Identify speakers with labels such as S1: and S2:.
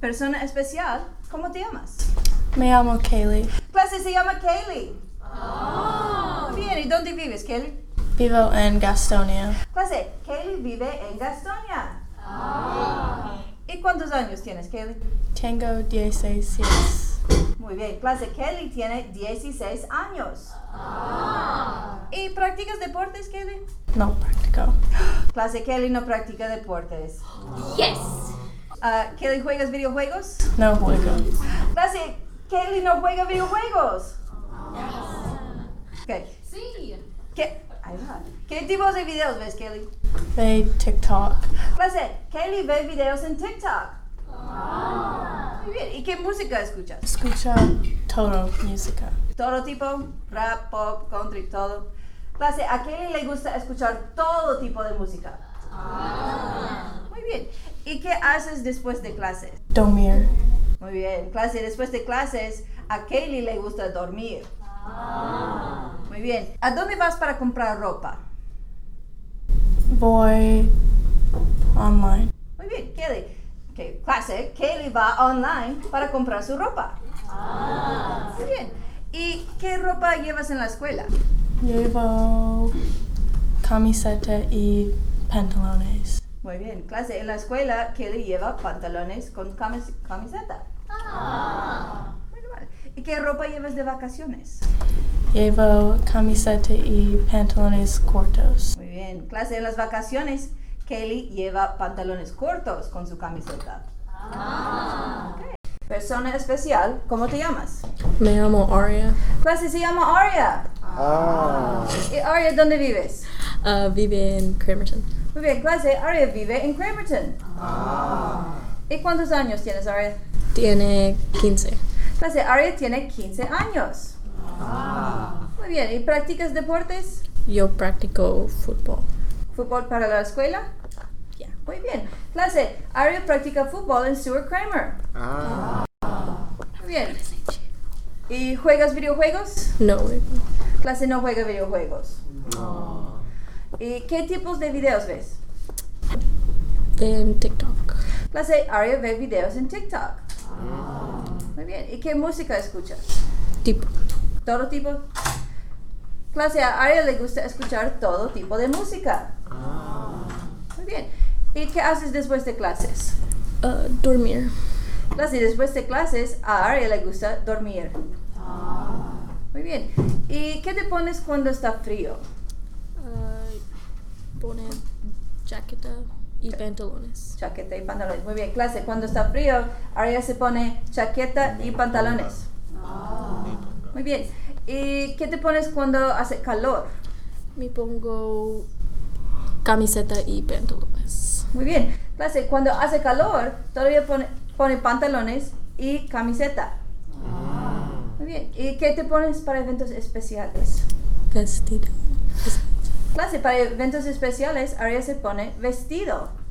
S1: persona especial, ¿cómo te llamas?
S2: Me llamo Kaylee.
S1: Clase se llama Kaylee. Muy Bien, ¿y dónde vives, Kaylee?
S2: Vivo en Gastonia.
S1: Clase, Kaylee vive en Gastonia. ¿Y cuántos años tienes, Kaylee?
S2: Tengo 16 años.
S1: Muy bien, clase, Kelly tiene 16 años. ¿Y practicas deportes, Kelly?
S2: No practico.
S1: Clase, Kelly no practica deportes.
S3: Yes.
S1: Ah, ¿Kelly juegas videojuegos?
S2: No juego.
S1: Clase, Kelly no juega videojuegos. Ok,
S3: Sí.
S1: ¿Qué? ahí va. ¿Qué tipos de videos ves, Kelly?
S2: They TikTok.
S1: Clase, Kelly ve videos en TikTok. Muy bien, ¿y qué música escuchas?
S2: Escucho todo música.
S1: todo tipo, rap, pop, country, todo. Clase, a Kelly le gusta escuchar todo tipo de música. Muy bien. ¿Y qué haces después de clases?
S2: Dormir.
S1: Muy bien. Clase, después de clases, a Kelly le gusta dormir. Muy bien. ¿A dónde vas para comprar ropa?
S2: Voy online.
S1: Muy bien, Kelly. Ok, clase, Kelly va online para comprar su ropa. Muy bien. ¿Y qué ropa llevas en la escuela?
S2: Llevo camiseta y pantalones.
S1: Muy bien, clase. En la escuela, Kelly lleva pantalones con camis- camiseta. Muy normal. ¿Y qué ropa llevas de vacaciones?
S2: Llevo camiseta y pantalones cortos.
S1: Muy bien, clase. En las vacaciones, Kelly lleva pantalones cortos con su camiseta. Ok. Persona especial, ¿cómo te llamas?
S2: Me llamo Aria.
S1: Clase se llama Aria. ¿Y Aria, dónde vives?
S4: Uh, vive en Cramerton.
S1: Muy bien, clase. Aria vive en Cramerton. ¿Y cuántos años tienes, Aria?
S4: Tiene 15.
S1: Clase, Aria tiene 15 años. Muy bien, ¿y practicas deportes?
S4: Yo practico fútbol.
S1: ¿Fútbol para la escuela?
S4: Yeah.
S1: Muy bien. Clase, Aria practica fútbol en Stuart Kramer.
S4: Ah.
S1: Muy bien. ¿Y juegas videojuegos?
S4: No,
S1: Clase no juega videojuegos. ¿Y qué tipos de videos ves?
S4: en TikTok.
S1: Clase, Aria ve videos en TikTok. Muy bien. ¿Y qué música escuchas?
S4: Tipo.
S1: Todo tipo. Clase a Aria le gusta escuchar todo tipo de música. Muy bien. ¿Y qué haces después de clases?
S4: Uh, dormir.
S1: Clase, después de clases a Aria le gusta dormir. Muy bien. ¿Y qué te pones cuando está frío?
S4: Uh, pone jaqueta y pantalones.
S1: Chaqueta y pantalones. Muy bien, clase. Cuando está frío, Aria se pone chaqueta y pantalones. Muy bien. ¿Y qué te pones cuando hace calor?
S4: Me pongo camiseta y pantalones.
S1: Muy bien. Clase, cuando hace calor, todavía pone, pone pantalones y camiseta. Muy bien. ¿Y qué te pones para eventos especiales?
S4: Vestido.
S1: Clase, para eventos especiales, Aria se pone vestido.